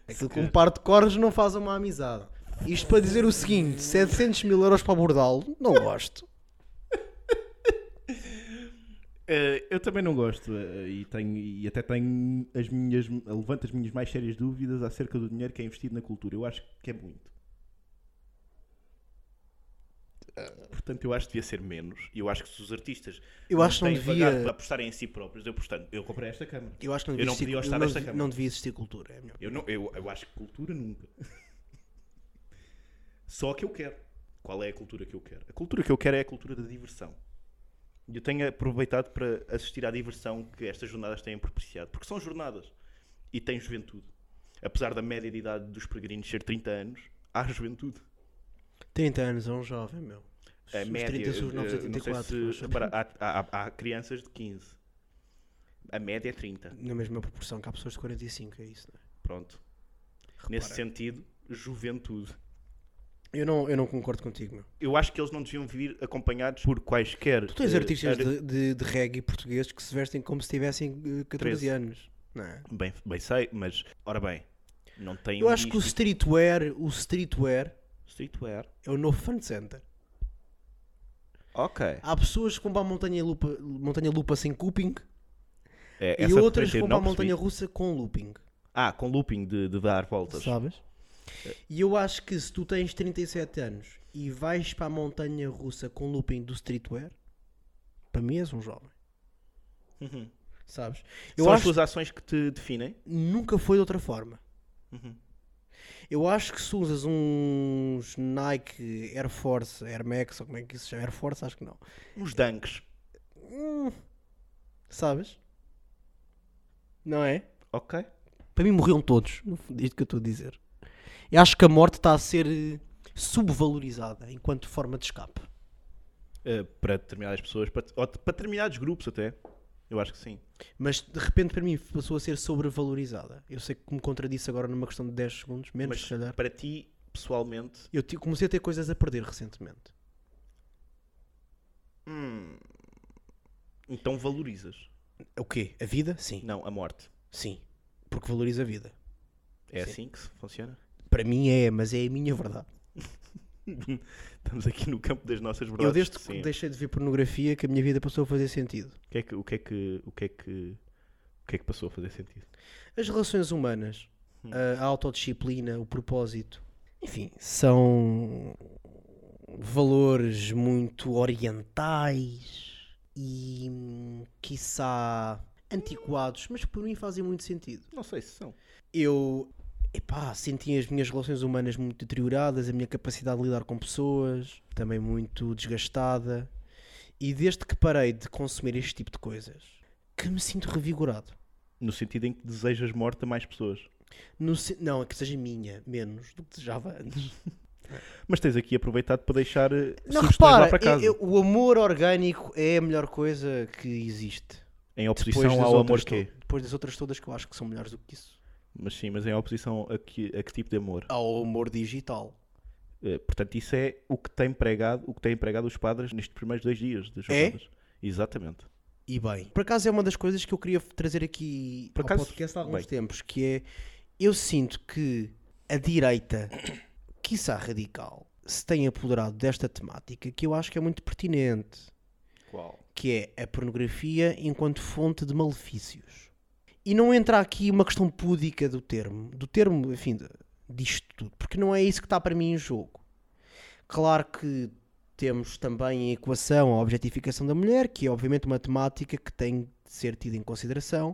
Aquilo que um par de cornos não faz uma amizade. Isto para dizer o seguinte: 700 mil euros para abordá-lo, não gosto. Eh, eu também não gosto eh, e, tenho, e até tenho as minhas, levanto as minhas mais sérias dúvidas acerca do dinheiro que é investido na cultura. Eu acho que é muito. Eh, Portanto, eu acho que devia ser menos. E eu acho que se os artistas Eu acho que não têm devia- vagar para apostarem em si próprios, eu, portanto, eu comprei esta câmara. Eu acho que não Eu devia, não existir, podia gostar não, desta devia- câmara. não devia existir cultura. É melhor. Eu, não, eu, eu acho que cultura nunca. Só a que eu quero. Qual é a cultura que eu quero? A cultura que eu quero é a cultura da diversão. E eu tenho aproveitado para assistir à diversão que estas jornadas têm propiciado. Porque são jornadas. E tem juventude. Apesar da média de idade dos peregrinos ser 30 anos, há juventude. 30 anos é um jovem, meu. A os média, 30 são os eh, novos não sei 84, se- mas- repara, há, há- há crianças de 15. A média é 30. Na mesma proporção que há pessoas de 45, é isso, não é? Pronto. Nesse sentido, juventude. Eu não, eu não concordo contigo, meu. Eu acho que eles não deviam vir acompanhados por quaisquer. Tu tens eh, artistas ar- de, de, de reggae portugueses que se vestem como se tivessem eh, 14 13. anos, não é? Bem, bem sei, mas. Ora bem, não tem. um Eu acho que o streetwear, o streetwear Streetwear. é o novo fan center. Ok. Há pessoas que vão para a montanha lupa, montanha lupa sem looping É, e essa outras que referência vão para a eu não percebi. montanha russa com looping, Ah, com looping de, de dar voltas. sabes? E eu acho que se tu tens 37 anos e vais para a montanha russa com looping do streetwear, para mim és um jovem. Sabes? Eu São Uhum. as acho tuas ações que te definem. nunca foi de outra forma. Uhum. Eu acho que se usas uns Nike Air Force, Air Max, ou como é que isso se chama? Air Force, acho que não. Uns dunks. Sabes? Não é? Ok. Para mim morriam todos, no fundo, isto que eu estou a dizer. Eu acho que a morte está a ser eh, subvalorizada enquanto forma de escape. Eh, para determinadas pessoas, para, ou de- para determinados grupos até. Eu acho que sim. Mas de repente para mim passou a ser sobrevalorizada. Eu sei que me contradisse agora numa questão de 10 segundos, menos Mas se calhar. para ti, pessoalmente, Eu ti- comecei a ter coisas a perder recentemente. então valorizas. O quê? A vida? Sim. Não, a morte. Sim. Porque valoriza a vida. É assim que se funciona? Para mim é, mas é a minha verdade. Estamos aqui no campo das nossas verdades. Eu desde que sim. deixei de ver pornografia que a minha vida passou a fazer sentido. O que é que o que é que o que é que o que é que passou a fazer sentido? As relações humanas, a autodisciplina, o propósito, enfim, são valores muito orientais e, hum, quiçá, antiquados, mas que por mim fazem muito sentido. Não sei se são. eu epá, senti as minhas relações humanas muito deterioradas, a minha capacidade de lidar com pessoas também muito desgastada. E desde que parei de consumir este tipo de coisas, que me sinto revigorado. No sentido em que desejas morte a mais pessoas. No se- Não, é que seja minha, menos do que desejava antes. Mas tens aqui aproveitado para deixar eh, Não, sugestões repara, lá é, para casa. eu- eu- o amor orgânico é a melhor coisa que existe. Em Depois oposição das, ao amor outras to- quê? depois das outras todas que eu acho que são melhores do que isso. Mas sim, mas em oposição a que, a que tipo de amor? Ao amor digital. Eh, portanto, isso é o que tem pregado, o que tem pregado os padres nestes primeiros dois dias É? das jornadas. Exatamente. E bem, por acaso é uma das coisas que eu queria trazer aqui Por ao acaso, podcast há alguns bem. tempos, que é eu sinto que a direita, [COUGHS] quiçá radical, se tem apoderado desta temática que eu acho que é muito pertinente, Qual? que é a pornografia enquanto fonte de malefícios. E não entra aqui uma questão púdica do termo, do termo, enfim, de- disto tudo, porque não é isso que está para mim em jogo. Claro que temos também em equação a objetificação da mulher, que é obviamente uma temática que tem de ser tida em consideração,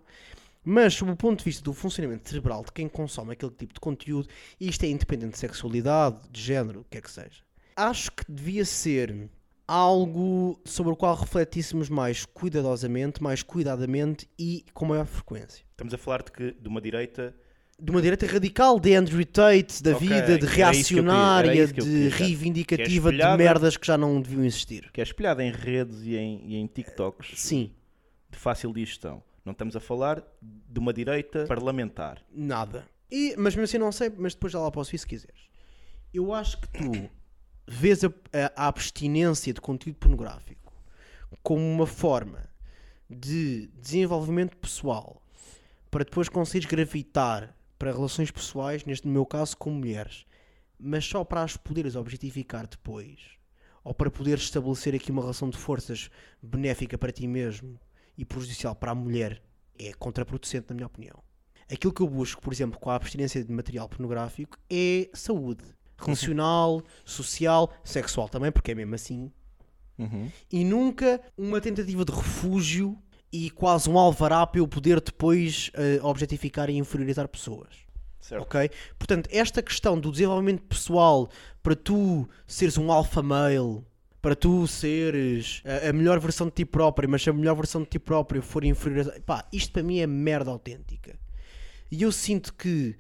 mas sob o ponto de vista do funcionamento cerebral de quem consome aquele tipo de conteúdo, isto é independente de sexualidade, de género, o que quer que seja. Acho que devia ser algo sobre o qual refletíssemos mais cuidadosamente, mais cuidadamente e com maior frequência. Estamos a falar de, que, de uma direita De uma direita radical de Andrew Tate, da Ok, vida, de era isso que eu queria, era isso que eu reacionária, queria, de exato. Que é reivindicativa, de espelhada- merdas que já não deviam existir. que é espelhada em redes e em, e em TikToks Sim, de fácil digestão. Não estamos a falar de uma direita parlamentar. nada. E, mas mesmo assim não sei, mas depois já lá posso ir se quiseres. Eu acho que tu vês a, a- a abstinência de conteúdo pornográfico como uma forma de desenvolvimento pessoal para depois conseguires gravitar para relações pessoais, neste meu caso com mulheres, mas só para as poderes objetificar depois, ou para poderes estabelecer aqui uma relação de forças benéfica para ti mesmo e prejudicial para a mulher, é contraproducente, na minha opinião. Aquilo que eu busco, por exemplo, com a abstinência de material pornográfico é saúde relacional, social, sexual também, porque é mesmo assim. E nunca uma tentativa de refúgio e quase um alvará para eu poder depois eh, objetificar e inferiorizar pessoas. Certo. Ok? Portanto, esta questão do desenvolvimento pessoal para tu seres um alpha male, para tu seres eh, a, a melhor versão de ti próprio, mas se a melhor versão de ti próprio for inferior. a- Pá, isto para mim é merda autêntica. E eu sinto que,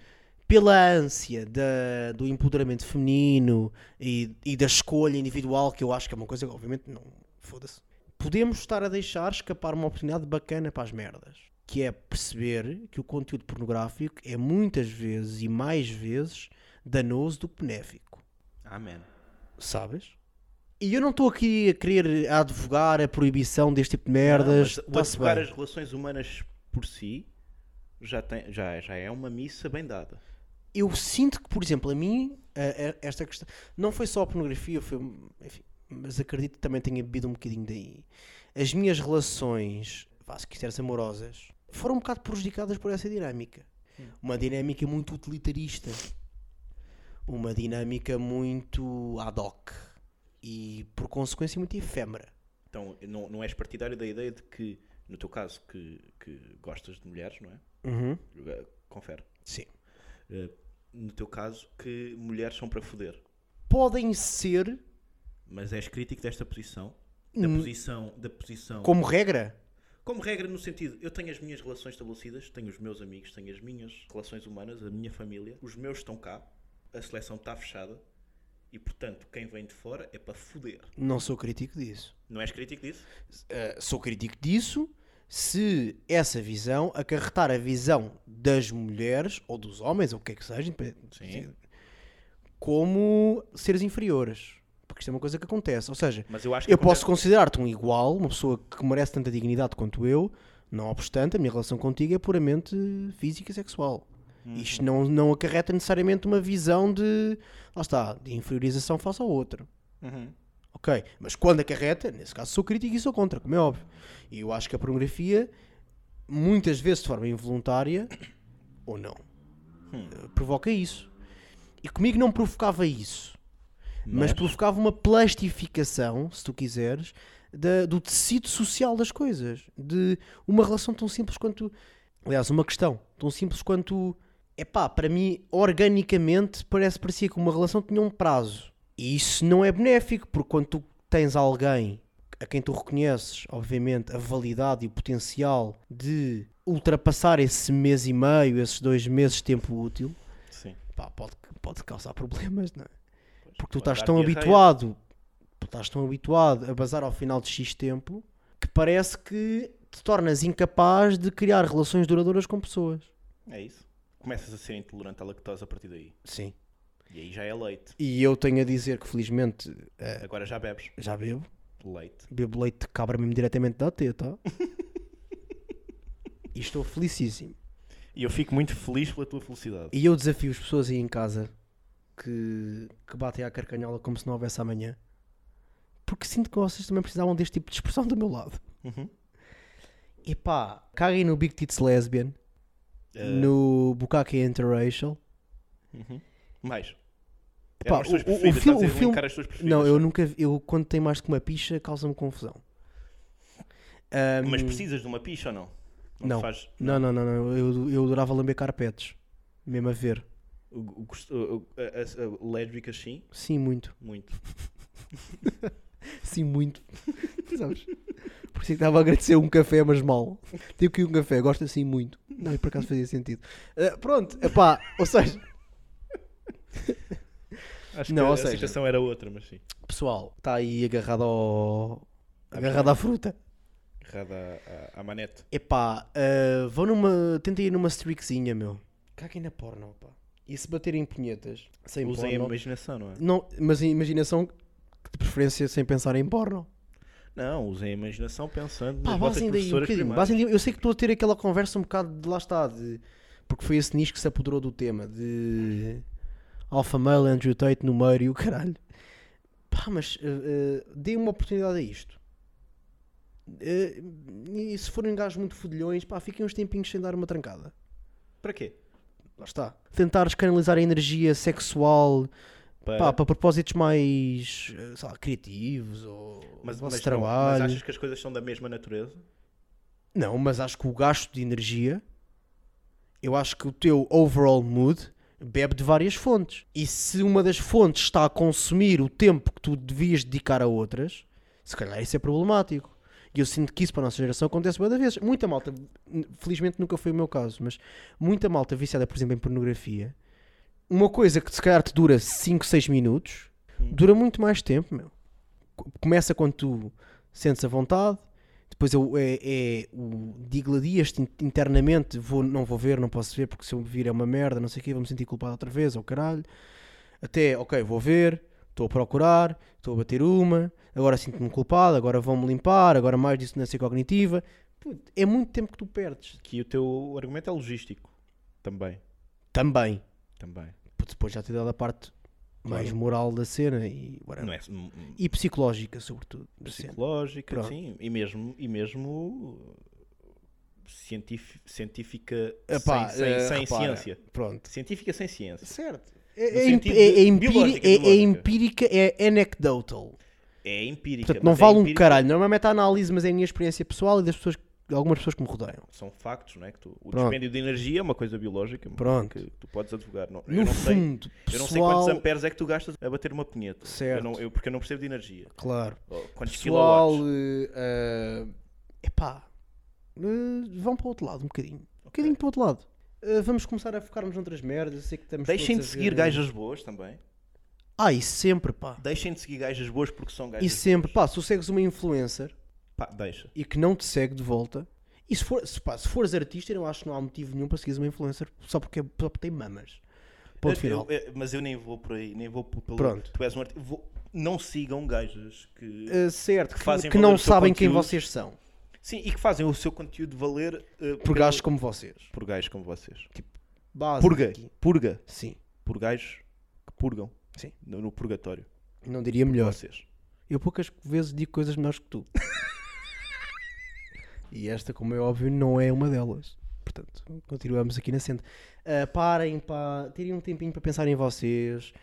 pela ânsia da- do empoderamento feminino e, e da escolha individual, que eu acho que é uma coisa que, obviamente, não. Foda-se. Podemos estar a deixar escapar uma oportunidade bacana para as merdas. Que é perceber que o conteúdo pornográfico é muitas vezes e mais vezes danoso do que benéfico Amém. sabes? E eu não estou aqui a querer advogar a proibição deste tipo de merdas. Não, mas o Está-se advogar bem. as relações humanas por si já, tem, já, já é uma missa bem dada. Eu sinto que, por exemplo, a mim, a- a- esta questão. Não foi só a pornografia, foi. Enfim, mas acredito que também tenha bebido um bocadinho daí. As minhas relações, vá, se quiseres, amorosas, foram um bocado prejudicadas por essa dinâmica. Uma dinâmica muito utilitarista. Uma dinâmica muito ad hoc. E, por consequência, muito efêmera. Então, não, não és partidário da ideia de que, no teu caso, que, que gostas de mulheres, não é? Uhum. Eh, Confere. Sim. Eh, No teu caso, que mulheres são para foder. podem ser, Mas és crítico desta posição. Da posição. Da posição. como regra, Como regra, no sentido, eu tenho as minhas relações estabelecidas, tenho os meus amigos, tenho as minhas relações humanas, a minha família, os meus estão cá, a seleção está fechada e, portanto, quem vem de fora é para foder. não sou crítico disso. Não és crítico disso? Uh, sou crítico disso se essa visão acarretar a visão das mulheres ou dos homens, ou o que é que seja, independente- Sim. como seres inferiores. Porque isto é uma coisa que acontece. Ou seja, Mas eu acho que eu posso acontece- considerar-te um igual, uma pessoa que merece tanta dignidade quanto eu, não obstante, a minha relação contigo é puramente física e sexual. Uhum. Isto não, não acarreta necessariamente uma visão de, lá está, de inferiorização face ao outro. Uhum. Ok, mas quando acarreta, nesse caso sou crítico e sou contra, como é óbvio. E eu acho que a pornografia, muitas vezes de forma involuntária, ou não, Hum. eh, provoca isso. E comigo não provocava isso, mas, provocava uma plastificação, se tu quiseres, da- do tecido social das coisas. De uma relação tão simples quanto. Aliás, uma questão tão simples quanto. Epá, para mim, organicamente, parece parecia que uma relação tinha um prazo. E isso não é benéfico, porque quando tu tens alguém a quem tu reconheces, obviamente, a validade e o potencial de ultrapassar esse mês e meio, esses dois meses de tempo útil, Sim. pá, pode, pode causar problemas, não é? Porque tu pode estás dar tão diarreia. habituado, tu estás tão habituado a bazar ao final de X tempo que parece que te tornas incapaz de criar relações duradouras com pessoas. É isso. Começas a ser intolerante à lactose a partir daí. Sim. E aí já é leite. E eu tenho a dizer que felizmente eh, Agora já bebes já bebo. leite. Bebo leite de cabra mesmo diretamente da [LAUGHS] teta. e estou felicíssimo. E eu fico muito feliz pela tua felicidade. E eu desafio as pessoas aí em casa que, que batem à carcanhola como se não houvesse amanhã. Porque sinto que vocês também precisavam deste tipo de expressão do meu lado. Uhum. Epá, caguem no Big Tits Lesbian, É. no Bukake Interracial. Eh, uhum. Mais. Epá, Eram as tuas o- o- o preferidas, filme- estás a o filme- elencar as tuas preferidas. Não, eu nunca. vi- Eu, quando tem mais do que uma picha, causa-me confusão. Ahm, Mas precisas de uma picha ou não? te Não. Faz... Não, não, não, não. Eu, eu adorava lamber carpetes. Mesmo a ver. O, o, o, o, as- a- lésbicas sim, Sim, muito. muito. Sim, muito. [LAUGHS] Sabes? Por isso é que estava a agradecer um café, mas mal. Tive que ir um café, gosto assim muito. Não, e por acaso fazia sentido. Ah, pronto, epá, ou seja, Acho Não, que ou a seja- situação era outra, mas sim. pessoal, está aí agarrado ao. agarrado à fruta. Errada à, à- à manete. eh, Epá, ah, vão numa. Tenta ir numa streakzinha, meu. Caguem na porno, pá. E se baterem punhetas sem Usem a porno... imaginação, não é? Não, mas a imaginação, de preferência, sem pensar em porno. Não, usem a imaginação pensando Pá, nas vossas basem daí um professoras bocadinho. primárias. basem daí- eu sei que estou a ter aquela conversa um bocado de lá está, de- porque foi esse nicho que se apoderou do tema, de Alpha Male, Andrew Tate no meio e o caralho. Pá, mas eh, eh, deem uma oportunidade a isto. Eh, e se forem gajos muito fodilhões, pá, fiquem uns tempinhos sem dar uma trancada Para quê? lá está. Tentares canalizar a energia sexual Para... pá, para propósitos mais eh, sei lá, criativos ou mas, vosso mas não, mas trabalho. achas que as coisas são da mesma natureza? Não, mas acho que o gasto de energia, eu acho que o teu overall mood bebe de várias fontes. E se uma das fontes está a consumir o tempo que tu devias dedicar a outras, se calhar isso é problemático. E eu sinto que isso para a nossa geração acontece muitas vezes. Muita malta, n- felizmente nunca foi o meu caso, mas muita malta viciada, por exemplo, em pornografia, uma coisa que se calhar te dura 5, 6 minutos, dura muito mais tempo, meu. Co- Começa quando tu sentes a vontade, depois eu é, é o digladia-te in- internamente, vou, não vou ver, não posso ver, porque se eu vir é uma merda, não sei o quê, vou-me sentir culpado outra vez, ou caralho. Até, ok, vou ver, estou a procurar, estou a bater uma, agora sinto-me culpado, agora vão-me limpar, agora mais dissonância cognitiva. Puto, é muito tempo que tu perdes. Que o teu argumento é logístico. Também. Também. Também. Puto, depois já te dado a parte mais moral da cena e whatever. Não é hum, hum, E psicológica, sobretudo. da cena. psicológica, Pronto. sim. E mesmo, e mesmo uh, cientif- científica Epá, sem, sem- eh, sem repara, ciência. Pronto. Científica sem ciência. Certo. No É, é, empí- sentido é- é de- empíri- biológica, é- é biológica. empírica, é anecdotal. É empírica. Portanto, não mas é vale um empírica. caralho, não é uma meta-análise, mas é a minha experiência pessoal e das pessoas, de algumas pessoas que me rodeiam. São factos, não é? Que tu, o Pronto. dispêndio de energia é uma coisa biológica Pronto. que tu podes advogar. Não, eu No não sei. fundo, Eu não sei pessoal, quantos amperes é que tu gastas a bater uma punheta. Certo. Eu não- eu- porque eu não percebo de energia. claro, Ou Quantos pessoal, quilowatts? eh, ah, epá, eh, vão para o outro lado um bocadinho, um bocadinho para o outro lado. Eh, vamos começar a focar-nos noutras merdas, eu sei que estamos Deixem de todos a seguir ver- gajas boas também. Ah, e sempre, pá, Deixem de seguir gajas boas porque são gajas e sempre, pá, boas. se tu segues uma influencer Pá, deixa. e que não te segue de volta, e se, for, se, pá, se fores artista, eu acho que não há motivo nenhum para seguires uma influencer só porque, é- só porque tem mamas. Ponto Eu- final. eu- eu- mas eu nem vou por aí, nem vou por- pelo. Pronto. Tu és um arti- vou- não sigam gajas que. Uh, certo, que, fazem que valer não o seu sabem quem conteúdo. vocês são, Sim, e que fazem o seu conteúdo valer. eh, por pelo- gajos como vocês. Por gajos como vocês. Base Purga. aqui. Purga. Sim, Por gajos que purgam. Sim. No, no purgatório. não diria melhor. Vocês. Eu poucas vezes digo coisas melhores que tu. [LAUGHS] e esta, como é óbvio, não é uma delas. Portanto, continuamos aqui na senda. Uh, parem, pá, tirem um tempinho para pensar em vocês.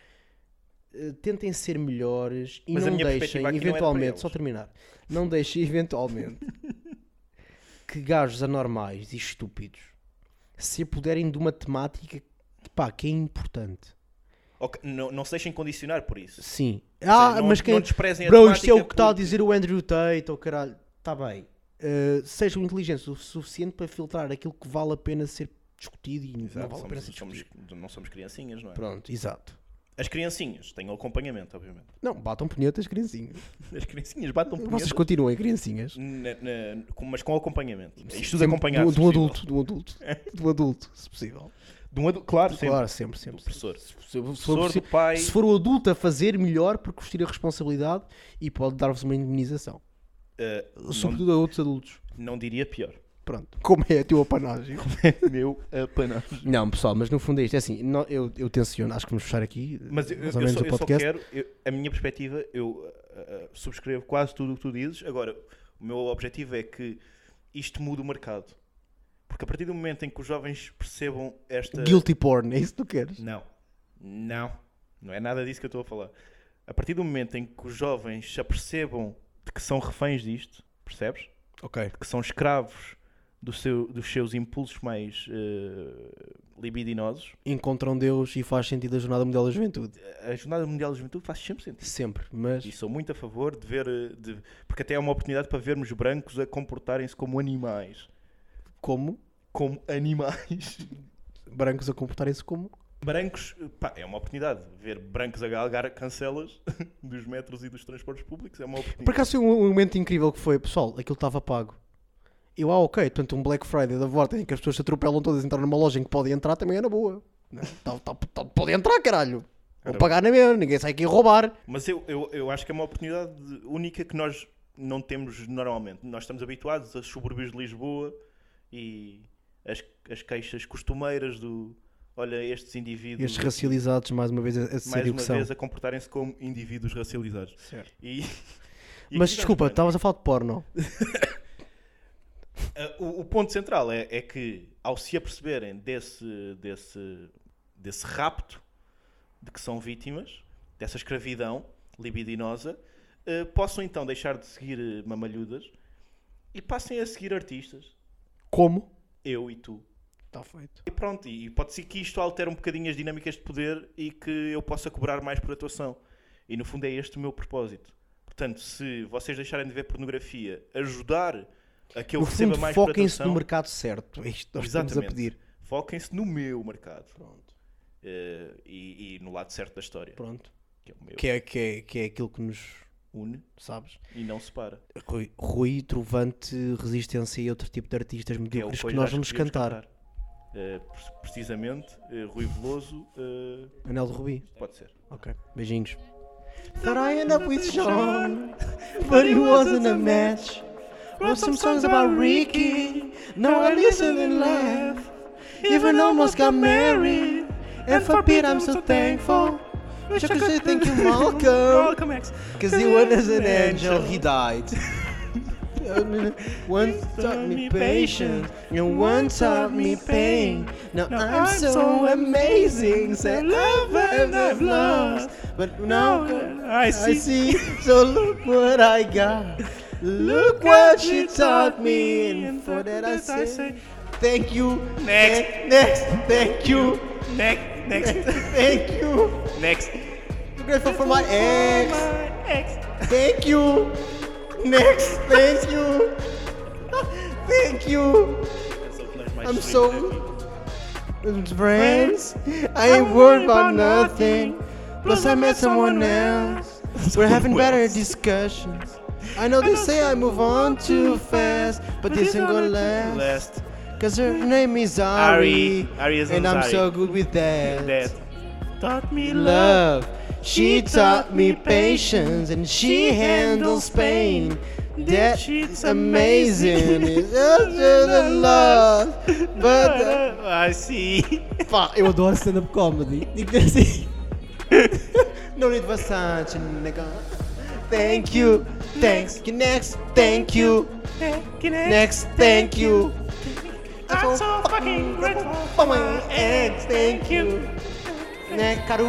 Uh, tentem ser melhores e Mas a não minha deixem, perspectiva aqui não era para eventualmente, eles. só terminar, não deixem, eventualmente, [LAUGHS] que gajos anormais e estúpidos se apoderem de uma temática pá, que é importante. Ok, não, não se deixem condicionar por isso. Sim. Ou Ah, seja, não- mas quem. não desprezem a Bro, isto é o temática que está a porque- dizer o Andrew Tate, ou caralho. Está bem. Uh, sejam inteligentes o suficiente para filtrar aquilo que vale a pena ser discutido e não Exato, vale a pena ser somos, discutido. somos- não somos criancinhas, não é? Pronto, exato. As criancinhas têm acompanhamento, obviamente. [LAUGHS] Não, batam punhetas, criancinhas. As criancinhas batam Vocês punheta, continuem, criancinhas. na- na- com- mas com acompanhamento. Isto tudo Sempre acompanhado. Do, se do possível. um adulto, do adulto. Do adulto, se possível. De um adulto, claro, sempre. Claro, É. sempre, Do sempre. professor. Se, se Professor, for, do possi- pai. se for o adulto a fazer, melhor, porque vestir a responsabilidade e pode dar-vos uma indemnização. eh, não, Sobretudo a outros adultos. não diria pior. Pronto. Como é a teu apanagem. é Meu apanagem. Não, pessoal, mas no fundo é isto. É assim, não- eu, eu tenciono, acho que vamos fechar aqui. Mas eu, mais eu ou menos só, o eu só podcast. quero, eu- a minha perspectiva, eu ah, ah, subscrevo quase tudo o que tu dizes. Agora, o meu objetivo é que isto mude o mercado. Porque a partir do momento em que os jovens percebam esta. Guilty porn, é isso que tu queres? Não. Não. Não é nada disso que eu estou a falar. A partir do momento em que os jovens se apercebam de que são reféns disto, percebes? Ok. que são escravos do seu- dos seus impulsos mais eh, libidinosos, Encontram Deus e faz sentido a Jornada Mundial da Juventude. a Jornada Mundial da Juventude faz sempre sentido. Sempre, mas. E sou muito a favor de ver, eh, de- porque até é uma oportunidade para vermos brancos a comportarem-se como animais. Como? Como animais. [LAUGHS] Brancos a comportarem-se como? Brancos, eh, pá, é uma oportunidade. Ver brancos a galgar cancelas [LAUGHS] dos metros e dos transportes públicos é uma Por oportunidade. acaso foi um um momento incrível que foi, pessoal, aquilo estava pago. Eu, ah, ok, portanto, um Black Friday da Vorta em que as pessoas se atropelam todas a entrar numa loja em que podem entrar também é na boa. Não é? Tá- tá- tá- podem entrar, caralho. Vão pagar na mesma, ninguém sai aqui roubar. Mas eu, eu, eu acho que é uma oportunidade única que nós não temos normalmente. Nós estamos habituados a subúrbios de Lisboa e as, as queixas costumeiras do olha, estes indivíduos Estes racializados, mais uma vez, a, a mais serem o uma que são. vez a comportarem-se como indivíduos racializados. E, [LAUGHS] e aqui Mas estamos, é? desculpa, mano. estavas a falar de porno. Ah, O, o ponto central é, é que ao se aperceberem desse, desse, desse rapto de que são vítimas, dessa escravidão libidinosa, ah, possam então deixar de seguir ah, mamalhudas e passem a seguir artistas, Como? eu e tu. Está Tá feito. E pronto, e pode ser que isto altere um bocadinho as dinâmicas de poder e que eu possa cobrar mais por atuação. E no fundo é este o meu propósito. Portanto, se vocês deixarem de ver pornografia, ajudar a que eu no receba fundo, mais por foquem-se no atuação, mercado certo. É isto que nós estamos a Exatamente. pedir. Foquem-se no meu mercado Pronto. eh, e, e no lado certo da história, Pronto. que é o meu. Que é, que, é, que é aquilo que nos. Une Sabes? e não separa. Rui, Rui, Trovante, Resistência e outro tipo de artistas Que é o medíocres que Coisa nós Acho vamos Que Devíamos cantar. Eh, pre- precisamente, eh, Rui Veloso, eh, Anel de Rubi. pode ser. Ok. Beijinhos. That I end up with Sean, [LAUGHS] but it wasn't a match. Wrote some songs about Ricky, now I listen and laugh. Even almost got married, and for Pete I'm so thankful. Wish I could say thank [LAUGHS] you, Malcolm. X. Cause he was an angel, he [LAUGHS] died. one taught me patience, and one taught me pain. Now I'm so amazing, said love and I've lost. But now Oh, I see. so look what I got. Look what she taught me, and for that I say, thank you. Next. Thank- next, thank you. Next, [LAUGHS] next, Thank you. next. I'm grateful for my ex. Thank you. Next, thank you. Thank you. I'm so. Friends, I ain't worried about nothing. Plus, I met someone else. We're having better discussions. I know they say I move on too fast, but this ain't gonna last. Last. Cause her name is Ari. Ari. Ari is and I'm Ansari. so good with that That. Taught me love. She taught me patience and she handles pain. That she's amazing. It's [LAUGHS] such a [LAUGHS] love. But. uh, I see. Pá, eu adoro stand-up comedy. Digo assim. [LAUGHS] no need for such a nigga. Thank you. Thanks. Next. Thank you. Next. Thank you. I'm so fucking grateful for my ex. Thank you. Né, Next. Caru.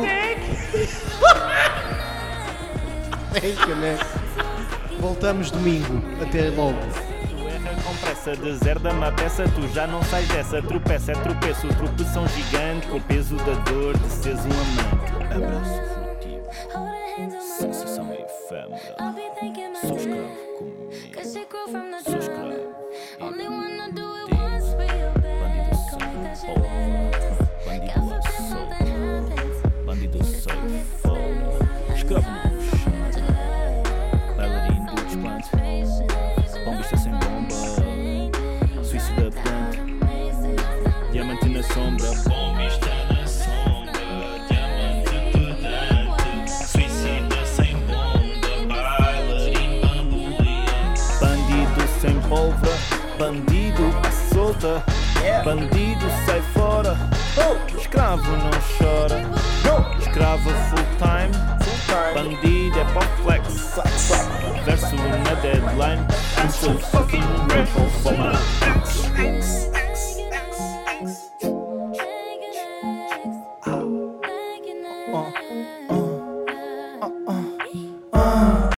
Thank you, next. né? Voltamos domingo. Até logo. Tu erra com pressa, deserda uma peça, tu já não sais dessa. Tropeça é tropeço, tropeção gigante, com o peso da dor de seres um amante. Abraço furtivo, sensação efêmera. I'll be thanking my Sou dad. escravo como um menino. Cause she grew from the Sou drama. escravo. Only wanna do it Damn. once real bad. Bandido Go make that sai shit fora, last. bandido God forbid something lá solto, happens. bandido sai fora. Escravo não chama de lei, bailarino do desplante. Bombista sem bomba, suicida planta. Diamante na sombra, bomba está na sombra. Diamante pedante, suicida sem bomba, bailarina bamboleante. Bandido sem pólvora, bandido à solta. Bandido sai fora, escravo não chora. Escravo full time, bandido é pop flex. Verso na deadline, I'm so fucking grateful for my ex. Thank you next. Thank you next.